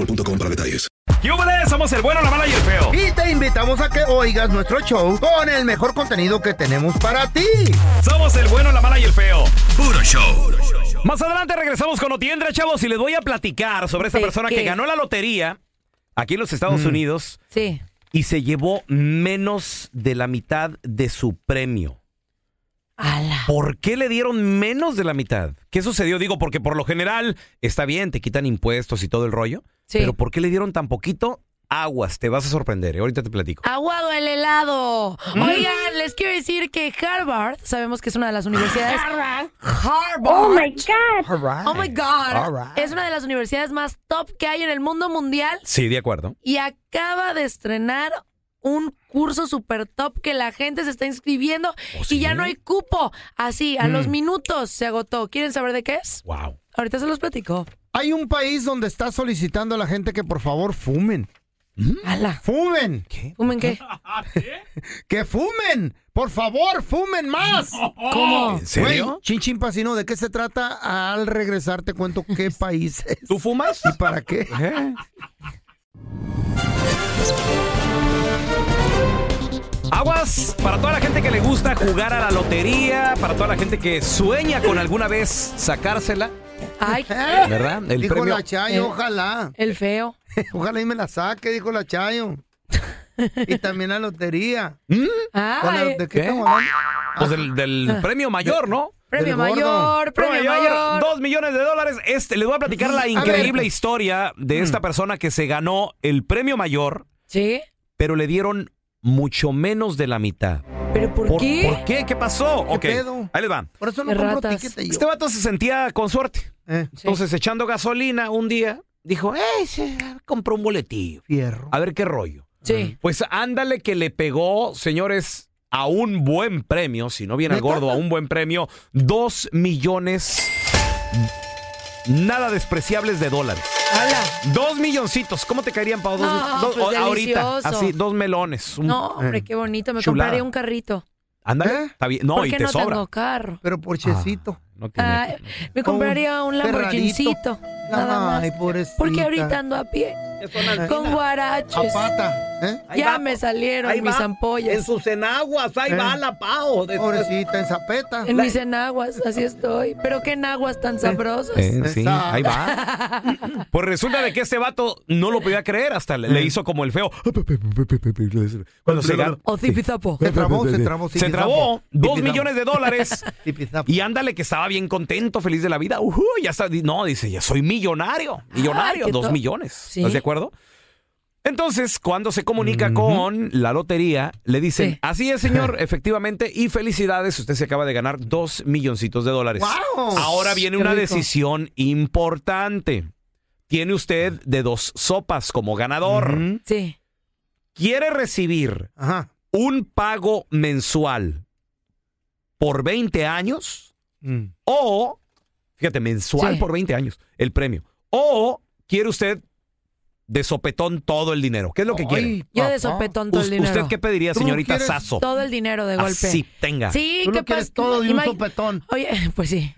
para detalles. ¡Yúbales! Somos el bueno, la mala y el feo. Y te invitamos a que oigas nuestro show con el mejor contenido que tenemos para ti. Somos el bueno, la mala y el feo. Puro show. Más adelante regresamos con Otiendra, chavos, y les voy a platicar sobre esta ¿De persona que qué? Mm. ganó la lotería aquí en los Estados Unidos Sí. y se llevó menos de la mitad de su premio. Ala. ¿Por qué le dieron menos de la mitad? ¿Qué sucedió? Digo, porque por lo general está bien, te quitan impuestos y todo el rollo. Sí. Pero ¿por qué le dieron tan poquito? Aguas, te vas a sorprender. ¿eh? Ahorita te Ah. platico. Aguado el helado. Oigan, les quiero decir que Harvard, sabemos que es una de las universidades. Harvard. Oh my God. Oh my God. Es una de las universidades más top que hay en el mundo mundial Sí, de acuerdo. y acaba de estrenar un curso super top que la gente se está inscribiendo ¿Oh, y sí? ya no hay cupo. Así, a los Mm. minutos se agotó. ¿Quieren saber de qué es? Wow. Ahorita se los platico. Hay un país donde está solicitando a la gente que por favor fumen. Ala. ¡Fumen! ¿Fumen qué? ¡Que fumen! ¡Por favor, fumen más! ¿Cómo? ¿En serio? Güey, Chin Chin Pacino, ¿de qué se trata? Al regresar te cuento qué país es. ¿Tú fumas? ¿Y para qué? Aguas para toda la gente que le gusta jugar a la lotería, para toda la gente que sueña con alguna vez sacársela, Ay, ¿verdad? El dijo premio. la Chayo, Eh. ojalá. el feo. Ojalá y me la saque, dijo la Chayo. y también la lotería. Con Ay, el- ¿De qué, ¿Qué? estamos hablando? Pues del, del premio mayor, ¿no? del premio gordo. mayor, Ah. premio mayor. Dos millones de dólares. Este, les voy a platicar la increíble historia de Mm. esta persona que se ganó el premio mayor, ¿Sí? pero le dieron mucho menos de la mitad. ¿Pero por, qué? ¿Por qué? ¿Qué pasó? ¿Qué ok, pedo? ahí les va. Por eso no Qué compro ratas. tiquete yo. Este vato se sentía con suerte. Eh, Sí. Entonces, echando gasolina un día, dijo, eh, sí, compró un boletillo. fierro. A ver qué rollo. Sí. Pues ándale que le pegó, señores, a un buen premio, si no viene el gordo, a un buen premio, dos millones nada despreciables de dólares. Ala. Dos milloncitos, ¿cómo te caerían, Pau? Dos, No, dos- pues, ahorita, delicioso. así, dos melones. un- No, hombre, qué bonito. Me mm, Chulada. compraré un carrito. Ándale, ¿Eh? está bien. No, ¿Por y qué te no sobra. tengo Ah, carro? Pero porchecito. No tiene- Ay, me compraría un Lamborghincito. Ah. Nada más. Ay, pobrecita. Porque ahorita ando a pie. Con A guaraches. pata, ¿eh? Ya me salieron mis ampollas. sus enaguas, ahí Eh. va la Pau. Pobrecita, en zapeta. En mis enaguas, así estoy. Pero qué enaguas tan sabrosas. Eh, sí, Esa- ahí va. Pues resulta de que este vato no lo podía creer, hasta le, Eh. le hizo como el feo. Cuando se ganó. O zipizapo. Se trabó, se trabó. Se trabó dos millones de dólares. de... Y ándale que estaba bien contento, feliz de la vida. Ujú, ya está. di- No, dice, ya soy millonario. Millonario, Ay, qué dos to- millones. Sí. ¿Estás de acuerdo? Entonces, cuando se comunica con la lotería, le dicen, Sí. así es, señor, efectivamente, y felicidades, usted se acaba de ganar dos milloncitos de dólares. ¡Wow! Pues, Ahora viene Qué una rico. decisión importante. Tiene usted de dos sopas como ganador. Sí. Quiere recibir Ajá. un pago mensual por 20 años Mm. o, fíjate, mensual Sí. por 20 años, el premio. O quiere usted de sopetón todo el dinero. ¿Qué es lo que quiere? Yo de sopetón todo el Us- dinero. ¿Usted qué pediría, ¿Tú no señorita quieres Sasso? Todo el dinero de golpe. Así, tenga. Sí, Tú qué lo quieres pas- todo de un Ima- sopetón. Oye, pues sí.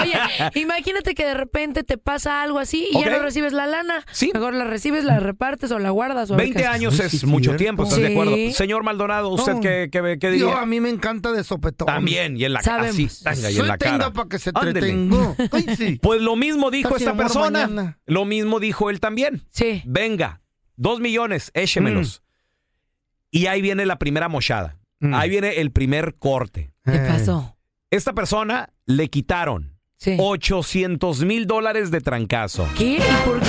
Oye, imagínate que de repente te pasa algo así y Ok. ya no recibes la lana. Sí. Mejor la recibes, la repartes o la guardas. O a ver 20 qué haces. años Uy, es sí, mucho cierto. tiempo, ¿estás de Sí. acuerdo? Señor Maldonado, ¿usted No. qué, qué- qué Yo, diría? a mí me encanta de sopetón. También, y en la cara. Sabemos. Así, tanga, y en Soy la tenga cara. para que se Ándele. entretengo. Ay, sí. Pues lo mismo dijo Casi esta me muero persona. mañana. Lo mismo dijo él también. Sí. Venga, dos millones, échemelos. Y ahí viene la primera mochada. Mm. Ahí viene el primer corte. ¿Qué Eh, pasó? Esta persona le quitaron Sí. 800 mil dólares de trancazo. ¿Qué? ¿Y por qué?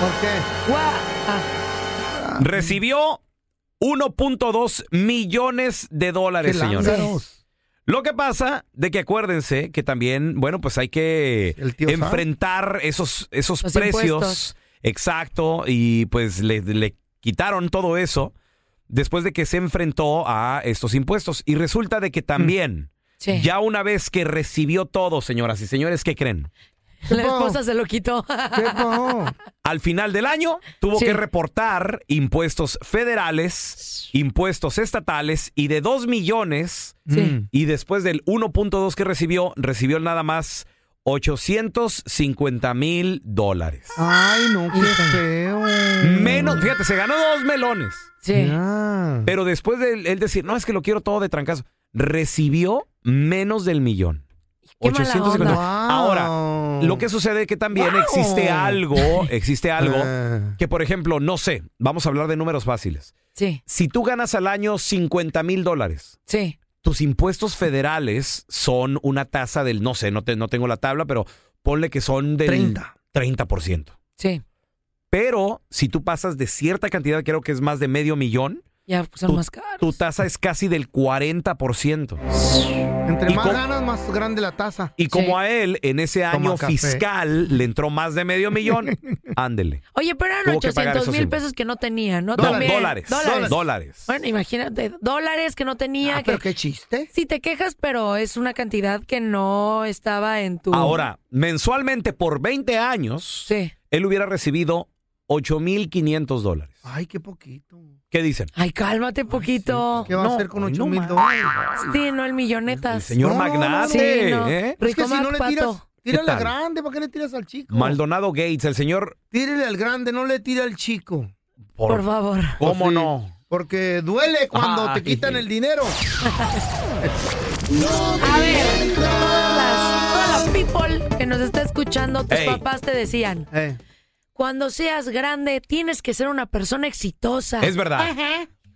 ¿Por qué? Guau. Ah, Recibió 1.2 millones de dólares, Qué señores. lánzaros. Lo que pasa de que acuérdense que también, bueno, pues hay que El tío Sam. enfrentar esos, esos Los precios. impuestos. Exacto. Y pues le, le quitaron todo eso después de que se enfrentó a estos impuestos. Y resulta de que también, Mm. sí. ya una vez que recibió todo, señoras y señores, ¿qué creen? La esposa se lo quitó. ¿Qué pasó? Al final del año tuvo Sí. que reportar impuestos federales, impuestos estatales y de 2 millones. Sí. Y después del 1.2 que recibió, recibió nada más 850 mil dólares. Ay, no, qué feo. Menos, fíjate, se ganó dos melones. Sí. Ya. Pero después de él, él decir, no, es que lo quiero todo de trancazo, recibió menos del millón. Qué mala onda. Ahora, lo que sucede es que también Oh. Wow. existe algo, existe algo Eh. que, por ejemplo, no sé, vamos a hablar de números fáciles. Sí. Si tú ganas al año 50 mil dólares, Sí. tus impuestos federales son una tasa del, no sé, no, te- no tengo la tabla, pero ponle que son del 30. 30%. Sí. Pero si tú pasas de cierta cantidad, creo que es más de medio millón, Ya son Tú- más caros. tu tasa es casi del 40%. Entre ¿Y más cómo- ganas, más grande la taza. Y como Sí. a él en ese Toma año café. fiscal le entró más de medio millón, ándele. Oye, pero eran Tuvo que pagar 800 mil esos pesos que no tenía, ¿no? No, También. dólares, dólares. Dólares. Bueno, imagínate, dólares que no tenía. Ah, que... pero qué chiste. Sí, te quejas, pero es una cantidad que no estaba en tu. Ahora, mensualmente por 20 años, Sí. él hubiera recibido 8.500 dólares. Ay, qué poquito. ¿Qué dicen? Ay, cálmate poquito. ¿Qué va No, a hacer con ay, 8 no mil más. dólares? Sí, no, el millonetas. El señor No, magnate, no, no. ¿eh? Es que Rico si no Mac le Pato. tiras, tírale tal? al grande, ¿para qué le tiras al chico? Maldonado Gates, el señor... Tírale al grande, no le tire al chico. Por favor. ¿Cómo Pues sí, no? Porque duele cuando Ay. te quitan el dinero. A ver, todas las, todas las people que nos está escuchando, tus Ey. papás te decían: Eh, cuando seas grande, tienes que ser una persona exitosa. Es verdad.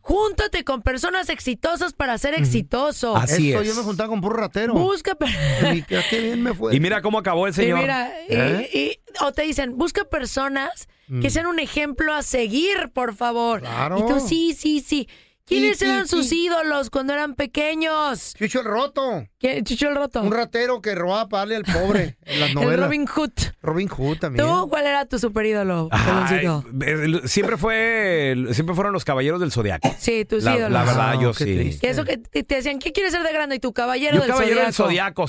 Júntate con personas exitosas para ser exitoso. Así eso, es. yo me juntaba con puro ratero. Busca. per- Y qué qué bien me fue. Y mira cómo acabó el Y señor. ¿Eh? mira, y- y- o te dicen, busca personas Mm. que sean un ejemplo a seguir, por favor. Claro. Y tú, sí, sí, sí. ¿Quiénes Sí, sí, eran sus sí. ídolos cuando eran pequeños? Chucho el roto. ¿Quién? Chucho el Roto. Un ratero que robaba para darle al pobre en las el novelas. Robin Hood. Robin Hood también. ¿Tú cuál era tu superídolo? Ay, ídolo? eh, siempre fue, siempre fueron los caballeros del zodiaco. Sí, tus La, ídolos. la verdad, Ah, yo qué sí. triste. Que eso que te te decían, ¿qué quieres ser de grande? Y tu caballero Yo del caballero del zodiaco.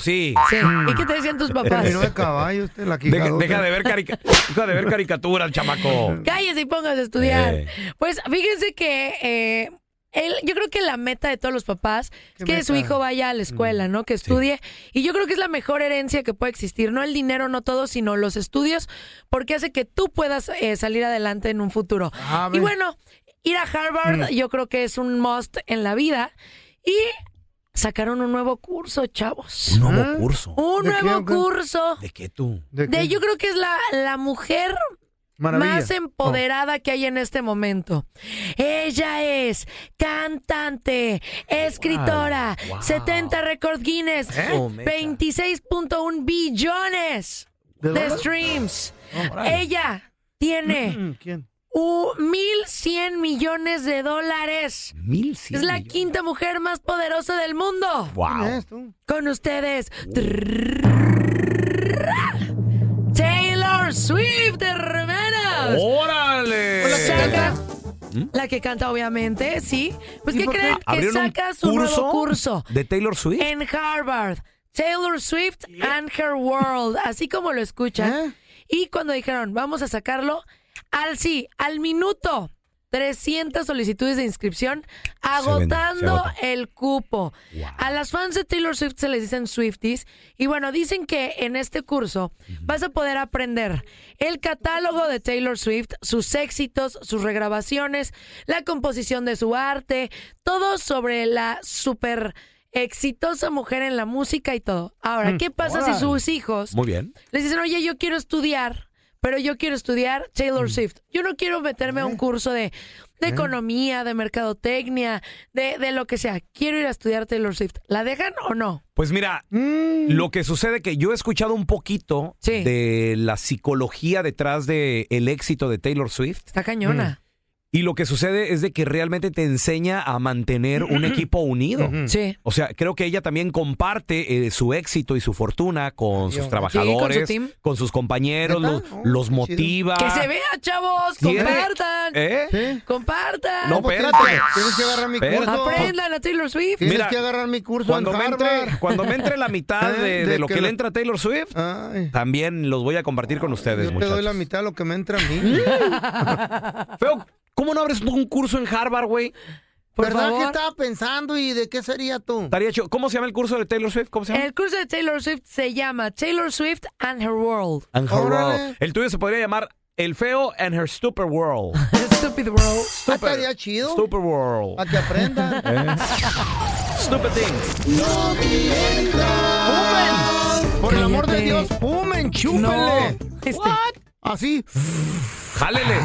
zodiaco, sí. Sí. ¿Y qué te decían tus papás? Terminó de caballo usted, la Deja, quijadota. deja de ver carica- deja de ver caricaturas, chamaco. Cállese y póngase a estudiar. Eh. Pues fíjense que eh, él, yo creo que la meta de todos los papás es que su meta? hijo vaya a la escuela, ¿no? Que estudie. Y yo creo que es la mejor herencia que puede existir. No el dinero, no todo, sino los estudios, porque hace que tú puedas eh, salir adelante en un futuro. Sabe. Y bueno, ir a Mm. Harvard yo creo que es un must en la vida. Y sacaron un nuevo curso, chavos. nuevo curso. Un ¿De qué, nuevo o qué? curso. ¿De qué tú? ¿De De, qué? yo creo que es la, la mujer Maravilla. Oh. más eh, empoderada que hay en este momento. Ella es cantante, escritora, 70 récord Guinness, Eso, ¿Eh? Oh, mecha. 26.1 billones ¿De de dólares? streams. Oh, Órale. Ella tiene Mm, ¿Quién? u- 1.100 millones de dólares. Mil cien Es la millones. quinta mujer más poderosa del mundo. Wow. ¿Quién es tú? Con ustedes. Taylor Swift, hermanas. ¡Órale! Pues la que canta. La que canta, obviamente, sí. Pues, ¿Y ¿qué por qué? creen? Que ¿Abrieron un saca su nuevo curso Eh, de Taylor Swift. en Harvard. Taylor Swift and Her World, así como lo escuchan. ¿Eh? Y cuando dijeron, vamos a sacarlo, al sí, al minuto. 300 solicitudes de inscripción agotando agota. el cupo. A las fans de Taylor Swift se les dicen Swifties y bueno, dicen que en este curso vas a poder aprender el catálogo de Taylor Swift, sus éxitos, sus regrabaciones, la composición de su arte, todo sobre la super exitosa mujer en la música y todo. Ahora, ¿qué pasa si órale. sus hijos Muy bien. les dicen, oye, yo quiero estudiar, pero yo quiero estudiar Taylor Swift. Yo no quiero meterme a un curso de, de economía, de mercadotecnia, de, de lo que sea. Quiero ir a estudiar Taylor Swift. ¿La dejan o no? Pues mira, Mm. lo que sucede que yo he escuchado un poquito Sí. de la psicología detrás del el éxito de Taylor Swift. Está cañona. Y lo que sucede es de que realmente te enseña a mantener un equipo unido. Sí. O sea, creo que ella también comparte eh, su éxito y su fortuna con sus trabajadores, team. con sus compañeros, ¿Neta? los, Oh, los qué motiva. Que se vea, chavos. Sí, eh. Compartan. ¿Eh? Sí. Compartan. No, pues espérate. Tienes, tienes que agarrar mi Espérate. curso. Aprendan a Taylor Swift. Tienes Mira, que agarrar mi curso Cuando en me, entre, Harvard. cuando me entre la mitad Eh, de, de de lo que que, la- le entra a Taylor Swift, Ay, también los voy a compartir con ustedes, yo te muchachos. doy la mitad de lo que me entra a ¿Mm? mí. Feo, ¿cómo no abres un curso en Harvard, güey? Por ¿Verdad que favor. estaba pensando y de qué sería tú? Estaría chido. ¿Cómo se llama el curso de Taylor Swift? ¿Cómo se llama? El curso de Taylor Swift se llama Taylor Swift and Her World. And Her Órale. World. El tuyo se podría llamar El Feo and Her Stupid World. Stupid World. Ah, estaría chido Stupid World. ¿Eh? para que aprendan. Stupid Things. ¡Fumen! Por el amor de Cállate. Dios, fumen, No. chúpenle. Este, Así. Jálele.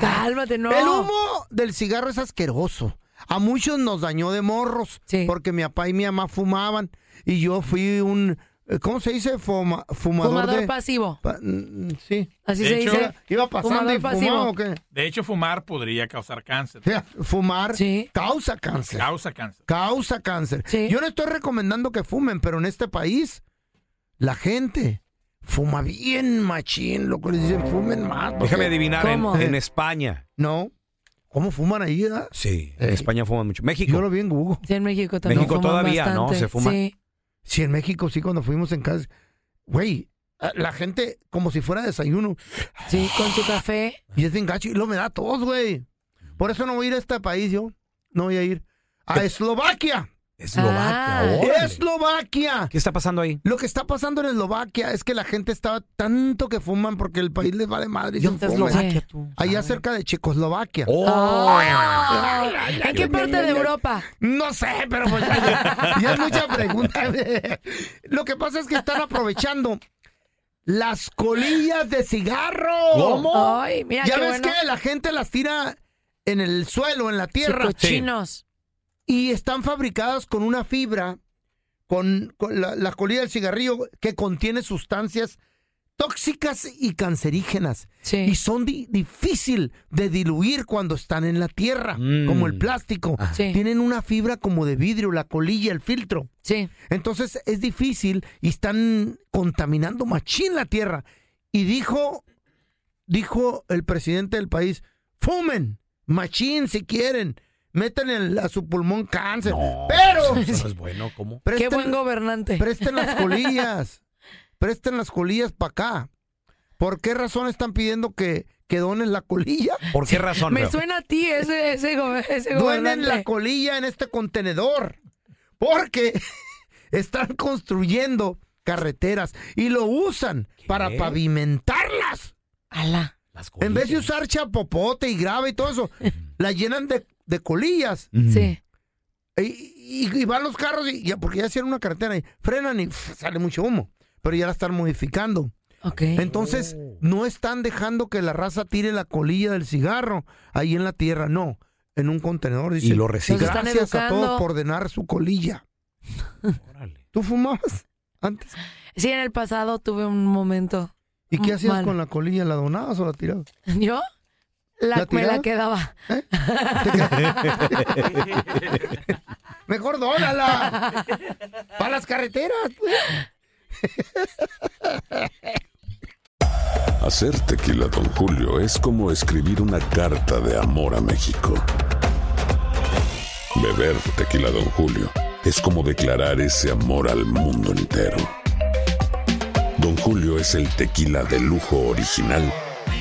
cálmate, no. El humo del cigarro es asqueroso. A muchos nos dañó de morros. Sí. Porque mi papá y mi mamá fumaban. Y yo fui un. eh, ¿Cómo se dice? Fuma- fumador, Fumador de. pasivo. pa- mm, sí. Así De se hecho, dice. Iba pasando Fumador y fumaba pasivo. o qué? De hecho, fumar podría causar cáncer. O sea, Fumar Sí. causa cáncer. Causa cáncer. Causa cáncer. Sí. Yo no estoy recomendando que fumen, pero en este país la gente fuma bien machín, loco. Les dicen, fumen más. porque- Déjame adivinar. en- ¿Cómo? En, España. No. ¿Cómo fuman ahí? ah? Sí. Eh, En España fuman mucho. México. Yo lo vi en Google. Sí, en México también. México fuman todavía, ¿no? bastante. Se fuma. Sí. Sí, en México sí, cuando fuimos en casa. Güey, a- la gente como si fuera desayuno. Sí, con su café. Y es bien gacho. Y lo me da tos, güey. Por eso no voy a ir a este país, yo. No voy a ir. A Eslovaquia. Eslovaquia. Ah. Eh. órale. Eslovaquia. ¿Qué está pasando ahí? Lo que está pasando en Eslovaquia es que la gente está tanto que fuman porque el país les vale madre. y dicen, "Fumen". Eslovaquia, Allá cerca de Checoslovaquia. Oh. ¿En qué parte de Europa? No sé, pero pues ya, ya- ya es mucha pregunta. Lo que pasa es que están aprovechando las colillas de cigarro. ¿Cómo? Ay, mira ya qué ves bueno. que la gente las tira en el suelo, en la Sí, pues. tierra, cochinos. y están fabricadas con una fibra, con, con la, la colilla del cigarrillo, que contiene sustancias tóxicas y cancerígenas. Sí. Y son di- difícil de diluir cuando están en la tierra, Mm. como el plástico. Ajá. Sí. Tienen una fibra como de vidrio, la colilla, el filtro. Sí. Entonces es difícil y están contaminando machín la tierra. Y dijo, dijo el presidente del país, fumen, machín si quieren, meten el- a su pulmón cáncer, pero Eso no es bueno. ¿Cómo? Qué presten, buen gobernante. presten las colillas, presten las colillas para acá. ¿Por qué razón están pidiendo que, que donen la colilla? ¿Por qué razón? Me Feo? suena a ti ese, ese, go- ese Duelen gobernante. la colilla en este contenedor. Porque están construyendo carreteras y lo usan para pavimentarlas. Ala. Las En vez de colillas. usar chapopote y grave y todo eso, la llenan de, de colillas. Mm. Sí. Y, y- y van los carros, y ya, porque ya hicieron una carretera y frenan y pff, sale mucho humo. Pero ya la están modificando. Ok. Entonces, no están dejando que la raza tire la colilla del cigarro ahí en la tierra, no. En un contenedor, dice. Y lo Sí, Los reciclan. están gracias a educando. todos por ordenar su colilla. Órale. ¿Tú fumabas antes? Sí, en el pasado tuve un momento. ¿Y qué hacías Mal. con la colilla? ¿La donabas o la tirabas? ¿Yo? La, ¿La me la tirabas? quedaba. Mejor dónala. Para las carreteras. pues. güey. Hacer tequila, Don Julio, es como escribir una carta de amor a México. Beber tequila, Don Julio, es como declarar ese amor al mundo entero. Don Julio es el tequila de lujo original,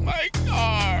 My car.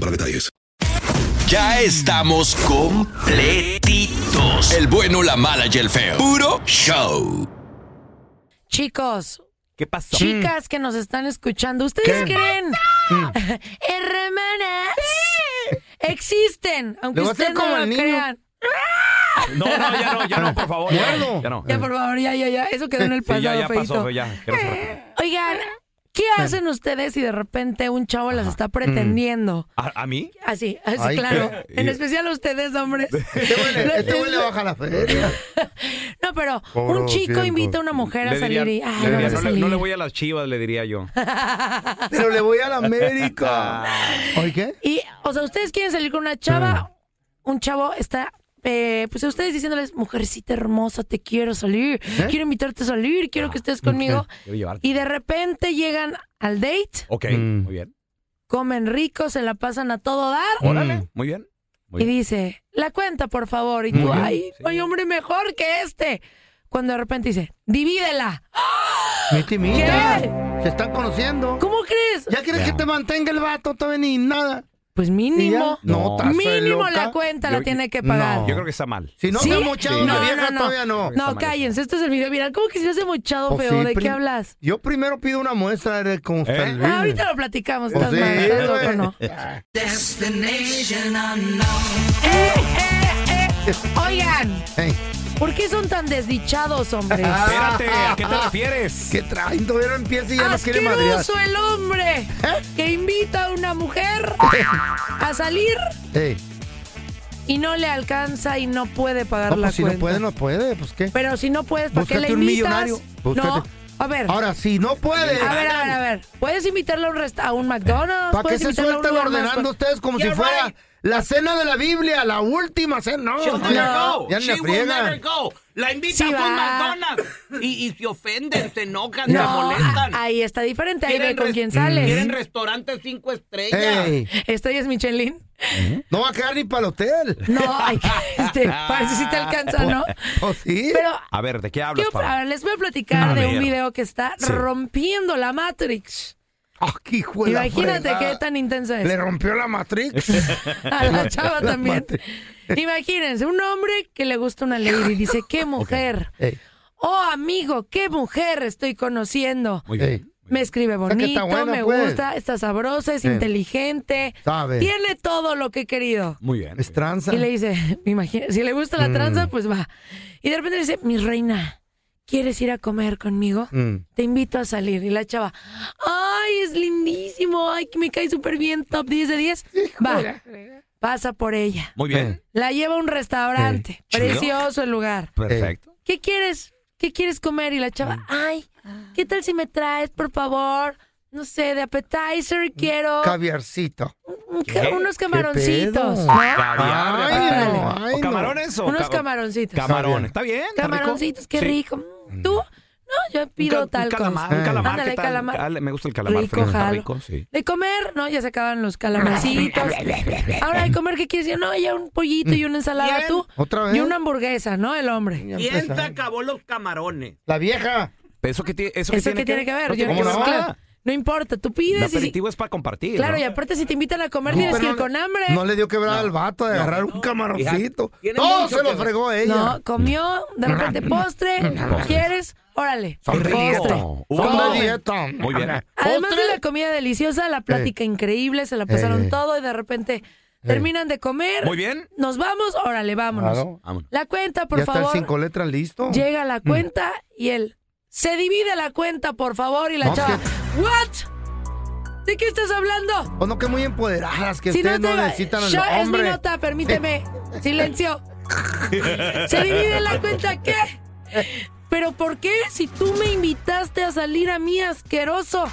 para detalles. Ya estamos completitos. El bueno, la mala y el feo. Puro show. Chicos, ¿Qué pasó? chicas que nos están escuchando, ¿ustedes ¿Qué? Mm. creen? Hermanas. Existen, aunque Le voy a hacer ustedes no como lo el niño. crean. No, no, ya no, ya no, por favor. Ya, no, ya no. Ya, por favor, ya, ya, ya. Eso quedó en el Sí, pasado, ya, ya feíto. pasó, feo, ya. que no se preocupe. Oigan, ¿qué hacen ustedes si de repente un chavo las está pretendiendo? ¿A, a mí? Así, así, Mm. Ay, claro. qué- En especial a ustedes, hombres. Este güey le baja la feria. No, pero Por un chico ciento. invita a una mujer a Le salir y. diría- Ay, le no diría, vas no, a le, no le salir". voy a las chivas, le diría yo. Pero le voy a la América. ¿Oye qué? Y, o sea, ustedes quieren salir con una chava, Mm. un chavo está, eh, pues a ustedes diciéndoles, mujercita hermosa, te quiero salir, ¿Eh? quiero invitarte a salir, quiero que estés conmigo. Quiero llevarte. Y de repente llegan al date, Ok, Mm. muy bien. comen rico, se la pasan a todo dar. Órale, Mm. muy bien. Muy Y bien. dice, la cuenta, por favor. Y Muy tú, bien, ay, no hay hombre mejor que este. Cuando de repente dice, divídela. Me timida. ¿Qué? Se están conociendo. ¿Cómo crees? ¿Ya quieres que te mantenga el vato? Todavía ni nada. Pues mínimo. ¿Y ya? No, estás Mínimo loca. la cuenta la Yo- tiene que pagar. Yo creo que está mal. Si no ¿Sí? se ha mochado No, la vieja, no, no. todavía no. No, cállense, esto es el video viral. ¿Cómo que si no se ha mochado, Pues feo? sí, ¿De qué prim- hablas? Yo primero pido una muestra de con Pues Ah, ahorita lo platicamos, Oh, estás mal, estás loco, ¿no? Eh, eh, eh. Oigan, ¿por qué son tan desdichados, hombres? Espérate, ¿a qué te refieres? ¿Qué traen? Todavía no empieza y Ah, ya nos quiere madrear. ¿Eh? Asqueroso el hombre que invita a una mujer a salir Ey. y no le alcanza y no puede pagar No, la pues si cuenta. no puede, no puede. Pues qué. Pero si no puedes, ¿para qué Búscate le un invitas? millonario. No, Búscate. a ver. Ahora, si no puede. A ver, a ver, a ver. Puedes invitarla a un, resta- a un McDonald's. ¿Para qué puedes se invitarla a un sueltan lugar más, pues. ordenando pa- ustedes como si You're fuera right. la cena de la Biblia, la última cena? No, She'll no, never go. ya She me will never friegan. go. La invitan Sí con va. McDonald's y, y se ofenden, se enojan, se No, molestan. a- ahí está diferente. Ahí ve Quieren con res- quién sales. Quieren restaurantes cinco estrellas. Ey, ¿Esta ya es Michelin? no va a quedar ni para el hotel. No, ay, este, parece si te alcanza, ¿no? ¿O Oh, sí? Pero A ver, ¿de qué hablas, quiero- Pablo? a ver, les voy a platicar A de un ver. video que está rompiendo la Matrix. Ah, qué hijo de la Imagínate fregada. qué tan intensa es. Le rompió la Matrix. a la chava La también. Matrix. Imagínense, un hombre que le gusta una lady y dice, qué mujer. Ey, Oh, amigo, qué mujer estoy conociendo. Muy ey. bien. Me escribe sea, que bonito, está buena, me pues. gusta, está sabrosa, es Sí. inteligente, Sabe. tiene todo lo que he querido. Muy bien. Es tranza. Y le dice, me imagino, si le gusta la tranza, pues va. Y de repente le dice, mi reina, ¿quieres ir a comer conmigo? Mm. Te invito a salir. Y la chava, ay, es lindísimo, ay, que me cae súper bien, top 10 de 10. Va, pasa por ella. Muy bien. La lleva a un restaurante, Chido. precioso el lugar. Perfecto. ¿qué quieres? ¿Qué quieres comer? Y la chava, ay, ¿qué tal si me traes, por favor? No sé, de appetizer quiero Caviarcito. un ca- ¿Qué? unos ¿Qué camaroncitos. pedo? ¿no? Caviar, Ay, aparte. no, ay, ¿O no. ¿Camarones o Unos ca- camaroncitos. Camarón, está bien. ¿Está rico? Camaroncitos, qué Sí. Mm. rico. ¿Tú? No, yo Un pido ca- tal un calamar, cosa. Ah. Un calamar, Ándale, ¿qué tal? calamar. Dale, me gusta el calamar Rico, frito, está jalo. rico, sí. De comer, ¿no? Ya se acaban los calamarcitos. Ahora de comer, ¿qué quieres? Yo, no, ya un pollito y una ensalada Bien. tú. ¿Otra vez? Y una hamburguesa, ¿no? El hombre. Ya ¿Quién se empezaron. acabó los camarones? La vieja. ¿Eso qué, ti- eso qué ¿Eso qué tiene que ver? No Yo tiene no que sé. ver nada. No importa, tú El pides y... aperitivo es para compartir. Claro, ¿no? y aparte si te invitan a comer No, tienes pero que ir no- con hambre. No le dio quebrada al vato de agarrar un camaroncito. Todo se lo fregó a ella. No, comió, de repente postre, ¿quieres? Órale. Son de dieta. Postre. Son de Comen. dieta. Muy bien. Además de la comida deliciosa, la plática increíble, se la pasaron Eh. todo y de repente terminan de comer. Muy bien. Nos vamos, órale, vámonos. Claro. Vámonos. La cuenta, por ya favor. está el cinco Mm. letras listo. Llega la cuenta y él se divide la cuenta, por favor, y la No, chava, es "What? ¿De qué estás hablando?" O Pues no, que muy empoderadas, que ustedes no, va- necesitan Yo- al es mi hombre. nota, permíteme. Silencio. Se divide la cuenta, ¿qué? ¿Pero por qué? Si tú me invitaste a salir a mí, asqueroso.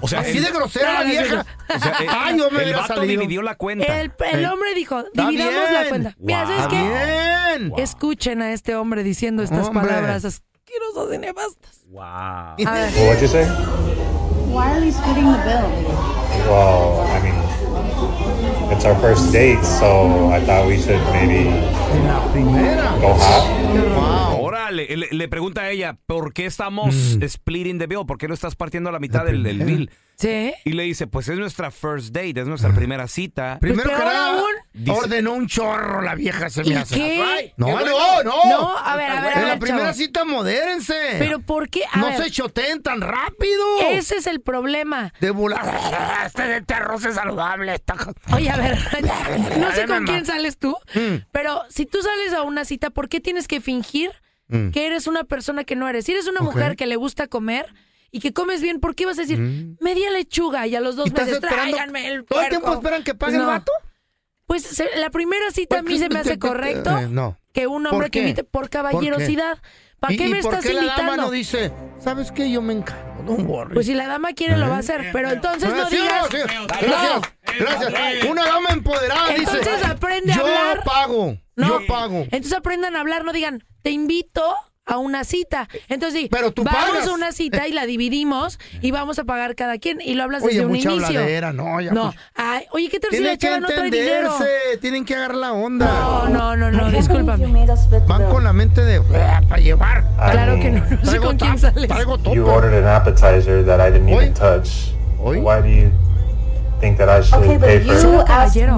O sea, Así el- de grosera la Claro, vieja. O sea, el- Ay, yo me el hubiera vato salido. dividió la cuenta. El, el Eh. hombre dijo, Está dividamos la bien. cuenta. pues. Mira, ¿sabes Wow. qué? Pues Está bien. Escuchen a este hombre diciendo estas Hombre. palabras asquerosas de nefastas. Wow. A ver. Well, what'd you say? Why are we splitting the bill? Well, I mean, it's our first date, so I thought we should maybe go hop. Órale, le, le pregunta a ella, ¿por qué estamos Mm. splitting the bill? ¿Por qué no estás partiendo a la mitad del, del bill? Sí. Y le dice, pues es nuestra first date, es nuestra primera cita. Primero que nada, Dice- ordenó un chorro la vieja, se ¿Y me hace. qué? Right. No, Qué no, bueno. no. No, a ver, a ver, a En la ver, primera chavos. cita, modérense. Pero ¿por qué? A no ver. se choteen tan rápido. Ese es el problema. De volar. Este de este arroz es saludable. Está... Oye, a ver, no sé con Además. quién sales tú, pero si tú sales a una cita, ¿por qué tienes que fingir Mm. que eres una persona que no eres? Si eres una Ok. mujer que le gusta comer y que comes bien, ¿por qué vas a decir media lechuga y a los dos Mm. ¿Y estás meses esperando- tráiganme el todo el tiempo puerco"? esperan que pague el vato? Pues se- la primera cita a mí se me hace correcto Eh, no. que un ¿Por hombre que qué? invite por ¿Por qué? caballerosidad. ¿Para ¿Y- qué y me por estás qué invitando? La dama no dice, ¿sabes qué? Yo me encargo. Don't worry. Pues si la dama quiere lo va a hacer, pero entonces no Eh, Sí, digas. sí, No. Gracias, gracias. Una dama empoderada dice. Entonces aprende a yo hablar". pago. No. Yo pago. Entonces aprendan a hablar, no digan, te invito a una cita. Entonces sí, Pero tú vamos pagas. a una cita y la dividimos y vamos a pagar cada quien y lo hablas Oye, desde un mucha inicio. habladera, no, ya, pues. Ay, oye, ¿qué tal si la Tienen que chava no trae dinero? entenderse, tienen que agarrar la onda. No, no, no, no, discúlpame. Van con la mente de "Ah, para llevar. Claro que no, no sé Traigo con quién tap- sales. traigo top. You ordered an appetizer that I didn't even touch. Why do you think that I should pay for it? caballero.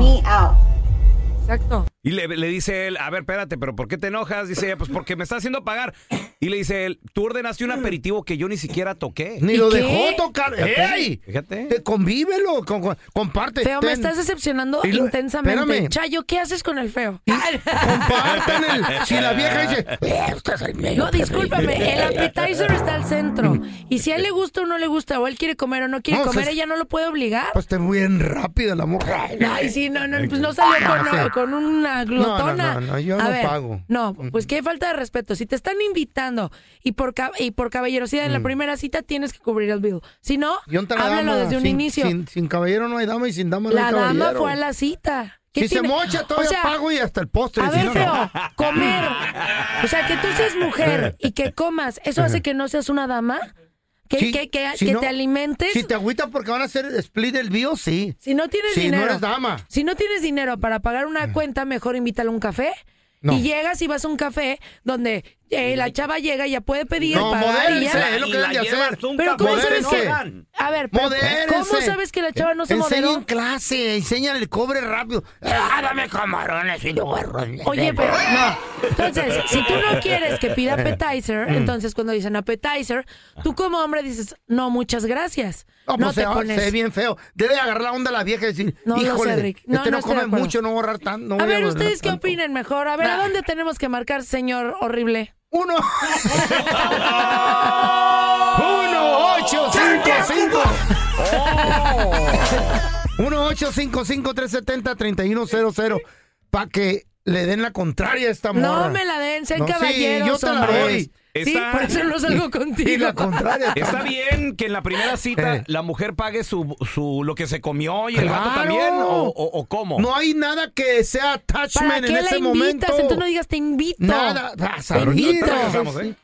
Exacto. Y le, le dice él, a ver, espérate, pero ¿por qué te enojas? Dice ella, pues porque me está haciendo pagar. Y le dice él, tú ordenaste un aperitivo que yo ni siquiera toqué. Ni lo dejó tocar. Fíjate, ¡Ey! Fíjate. Te convívelo, con- con- comparte. Feo, me ten. estás decepcionando Y lo- intensamente. espérame. Chayo, ¿qué haces con el feo? Compartan el- Si la vieja dice, "Eh, usted es el mío, No, discúlpame, el appetizer está al centro. Y si a él le gusta o no le gusta, o él quiere comer o no quiere No, comer, pues- ella no lo puede obligar. Pues te voy en rápido el amor. Ay, sí, no, no, pues no salió con, No, sí. con una glotona. No, no, no, no, yo A no ver, pago. No, pues qué falta de respeto. Si te están invitando y por, ca- y por caballerosidad en la Mm. primera cita tienes que cubrir el bill. Si no, Yo entré a la háblalo dama, desde un sin, inicio. Sin, sin caballero no hay dama y sin dama no hay la caballero. dama fue a la cita. ¿Qué Si se tiene? mocha, todavía O sea, pago y hasta el postre. A si ver, no, no. feo, comer. O sea, que tú seas mujer y que comas, ¿eso hace que no seas una dama? ¿Que, Sí, que, que- si que no- te alimentes? Si te agüitas porque van a hacer split el bio, sí. Si no tienes Si no dinero. eres dama. Ah. Si no tienes dinero para pagar una cuenta, mejor invítale un café. No. Y llegas y vas a un café donde eh, la chava llega y ya puede pedir. No, pagar y modérense, ya. es lo que deben de hacer. Pero ¿cómo sabes Modérense. que- A ver, pero ¿cómo sabes que la chava no se Enseña moderó? en clase, enseñan el cobre rápido. Ah, dame camarones y luego arroz. Oye, pero no. Entonces, si tú no quieres que pida appetizer, Mm. entonces cuando dicen appetizer, tú como hombre dices, no, muchas gracias. No, No, pues te se, pones. se ve bien feo. Debe agarrar la onda la vieja y decir, No lo sé, híjole, Rick. No, este no no, estoy de come acuerdo. mucho, no voy a ahorrar tan- no a voy ver, ahorrar ¿ustedes qué tanto". opinan mejor? A ver, ¿a dónde tenemos que marcar, señor horrible? Uno. Uno, ocho, cinco, cinco. 1-855-370-3100 para que le den la contraria a esta morra. No me la den, sean No, sí, caballeros. yo te la hombres. doy. Sí, Está- por eso no salgo contigo. Y la contraria. Está bien que en la primera Eh. cita la mujer pague su, su lo que se comió y el gato Claro. también, o, o- o cómo. No hay nada que sea ¿Para attachment qué en la ese invitas? momento. Entonces no digas te invito. Nada, Ah, vas a Te reír. invito. Ahorita regresamos, ¿eh?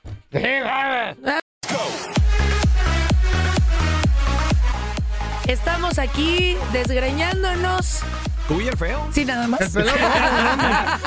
Estamos aquí desgreñándonos ¿Tú y el feo? Sí, nada más. El pelón,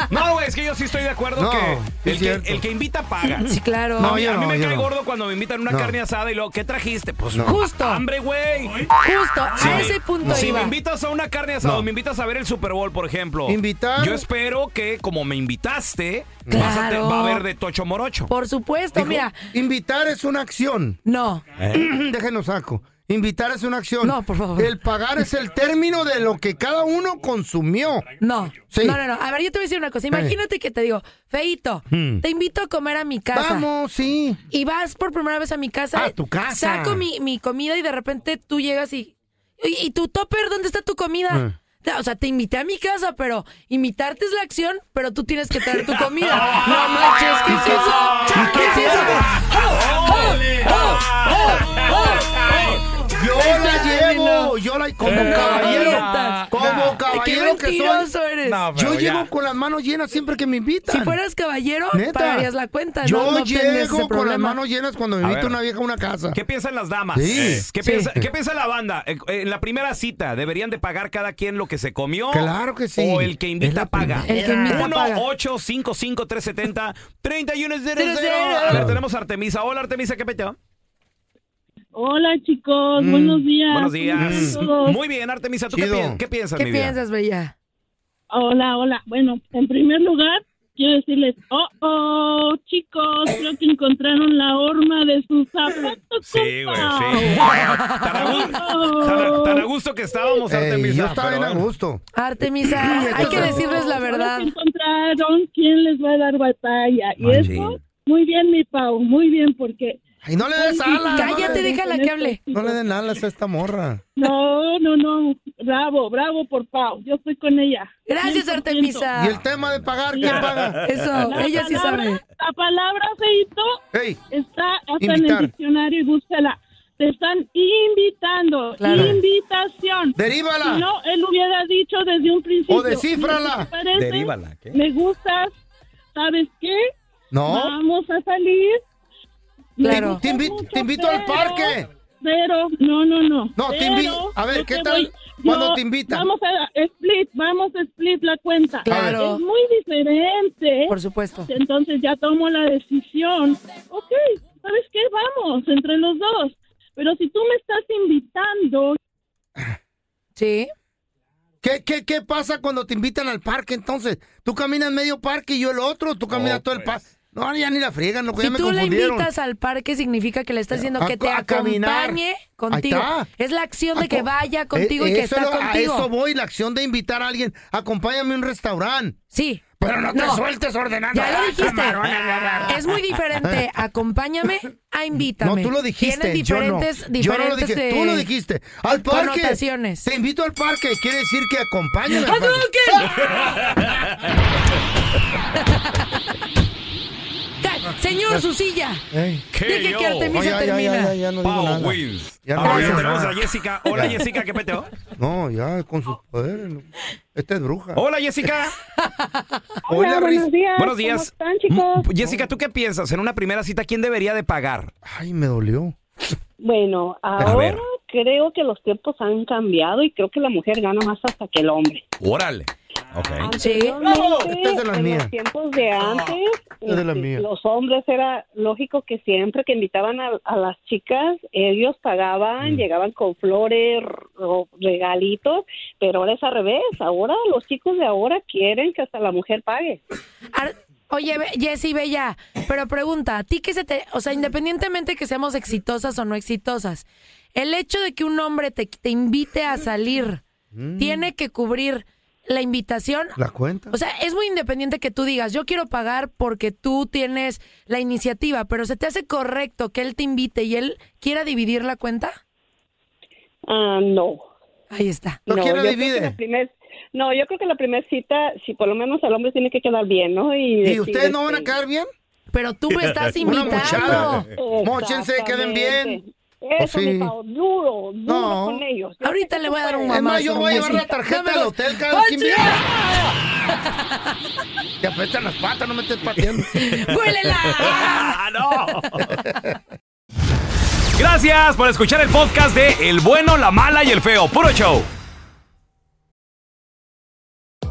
No, güey, es que yo sí estoy de acuerdo No, que, el que es cierto. el que invita paga. Sí, claro. No, No, a mí, yo a mí no, me yo cae no. gordo cuando me invitan una No. carne asada y luego, ¿qué trajiste? Pues No. Justo. Hambre, güey. Justo, a ese punto Si iba. me invitas a una carne asada, No. me invitas a ver el Super Bowl, por ejemplo. Invitar. Yo espero que, como me invitaste, vas a te- Claro. va a haber de tocho morocho. Por supuesto, mira. Invitar es una acción. No. Eh. Déjenos saco. Invitar es una acción. No, por favor. El pagar es el término de lo que cada uno consumió. No. Sí. No, no, no. A ver, yo te voy a decir una cosa. Imagínate que te digo, Feito, Hmm. te invito a comer a mi casa. Vamos, sí. Y vas por primera vez a mi casa. A tu casa. Saco mi, mi comida y de repente tú llegas y. ¿Y, y tu topper? ¿Dónde está tu Ah. comida? O sea, te invité a mi casa, pero imitarte es la acción, pero tú tienes que traer tu comida. no manches, ¿qué es eso? Chale, ¿qué es eso? Oh, Yo Ahí la está, llevo, no. yo la como Eh, caballero, no, como no. caballero Qué que mentiroso soy. eres. No, pero yo ya. llevo con las manos llenas siempre que me invitan. Si fueras caballero, Neta. pagarías la cuenta. no- Yo no tendrías ese llego con las problema. manos llenas cuando me A invita ver. una vieja a una casa. ¿Qué piensan las damas? Sí. Eh, ¿Qué, Sí. piensa, qué piensa la banda? Eh, eh, En la primera cita, ¿deberían de pagar cada quien lo que se comió? Claro que sí. ¿O el que Es invita la paga? primera. El que invita paga. 1-855-370-3100. A ver, tenemos a Artemisa. Hola, Artemisa, ¿qué peteo? Mm. Hola chicos, buenos días. Buenos ¿Cómo están días. Mm. todos? Muy bien, Artemisa, ¿tú qué, Chido. pi- qué piensas, ¿Qué mi vida? piensas, Bella? Hola, hola. Bueno, en primer lugar, quiero decirles, oh, oh, chicos, creo que encontraron la horma de sus zapatos. Sí, güey, sí. Tan a gu- tan a- Oh. tan a gusto que estábamos, Ey, Artemisa. yo estaba pero bien a bueno. gusto. Artemisa, hay que decirles la verdad. Ahora que encontraron quién les va a dar batalla. Y Machín. eso, muy bien, mi Pau, muy bien, porque... Y no le des alas. Cállate, déjala que hable. No le den alas a esta morra. No, no, no. Bravo, bravo por Pau. Yo estoy con ella. Gracias, 100%. Artemisa. Y el tema de pagar, ¿quién La- paga? Eso, la ella sí palabra- sabe. La palabra feito está hasta en Invitar. el diccionario y búscala. Te están invitando. Claro. Invitación. Derívala. Si no, él hubiera dicho desde un principio. O descífrala. "Mira, ¿te parece? Derívala, ¿qué? Me gustas. ¿Sabes qué? No. Vamos a salir. Me Claro. gustas Te invi- mucho, te invito al pero- parque. Pero, no, no, no. No, te Pero invi- a ver, yo ¿qué te tal voy- cuando yo- te invitan? Vamos a split, vamos a split la cuenta. Claro. Es muy diferente. Por supuesto. Entonces ya tomo la decisión. Ok, ¿sabes qué? Vamos, entre los dos. Pero si tú me estás invitando, Sí. ¿Qué, qué, ¿Qué pasa cuando te invitan al parque entonces? Tú caminas medio parque y yo el otro, tú caminas todo el parque. No, pues. ya ni la friegan, loco, Pues ya Si me tú la confundieron. invitas al parque, significa que le estás diciendo A- que te a caminar. acompañe Ahí contigo. está. Es la acción de A que co- vaya contigo Ah, Eh, y que eso está lo- contigo. A eso voy, la acción de invitar a alguien. Acompáñame a un restaurante. Sí. Pero no te No. sueltes ordenando. Ah, Ya lo dijiste. Camarón, Es muy diferente. Acompáñame a invítame. No, tú lo dijiste. Tienen yo no. diferentes, yo no. lo diferentes, dije. eh, Tú lo dijiste. Al parque. connotaciones. Te invito al parque. Quiere decir que acompáñame. al ¡Ah, no, parque. Ca- Señor, su silla. ¿Qué Deje yo? que Artemisa Ay, ay, ay, termina. ay, ya no digo Pau nada. wins. Ya no Ahora sí digo Ah, tenemos nada. a Jessica. Hola, Jessica, ¿qué peteo? No, ya con Ah. sus poderes. loco. Esta es bruja. Hola, Jessica. Hola, Ah, buenos Riz. días. ¿Cómo Buenos días. están, chicos? Mm, Jessica, ¿tú qué piensas? En una primera cita, ¿quién debería de pagar? Ay, me dolió. Bueno, ver. ¿Ah? ahora creo que los tiempos han cambiado y creo que la mujer gana más hasta que el hombre. Órale. Ok. Anteriormente, Esta es de las en mías. Ah, los tiempos de antes, Esta es de las este, mías. los hombres era lógico que siempre que invitaban a, a las chicas, ellos pagaban, Mm. llegaban con flores r- o regalitos, pero ahora es al revés. Ahora los chicos de ahora quieren que hasta la mujer pague. Oye, Be- Jessy Bella, pero pregunta, a ti que se te, o sea, independientemente que seamos exitosas o no exitosas, el hecho de que un hombre te, te invite a salir tiene que cubrir la invitación. Mm. ¿La cuenta? O sea, es muy independiente que tú digas, yo quiero pagar porque tú tienes la iniciativa, pero ¿se te hace correcto que él te invite y él quiera dividir la cuenta? Ah, no. Ahí está. No, quiero yo creo que la primer- no, yo creo que la primera cita, si por lo menos el hombre tiene que quedar bien, ¿no? Y, ¿Y decir, ustedes no van a este, quedar bien? Pero tú me estás Una invitando. mochada. Exactamente. Móchense, queden bien. Eso, Pues sí. mi Pao, duro, duro No. con ellos. Ahorita le voy a dar un Es mamazo. más, yo voy a llevar la Jessy. tarjeta Dame del dos. hotel cada vez que ¡Ponche! invito. Te aprietan las patas, no me estés pateando. ¡Huélela! ¡No! Gracias por escuchar el podcast de El Bueno, la Mala y el Feo. Puro show.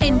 En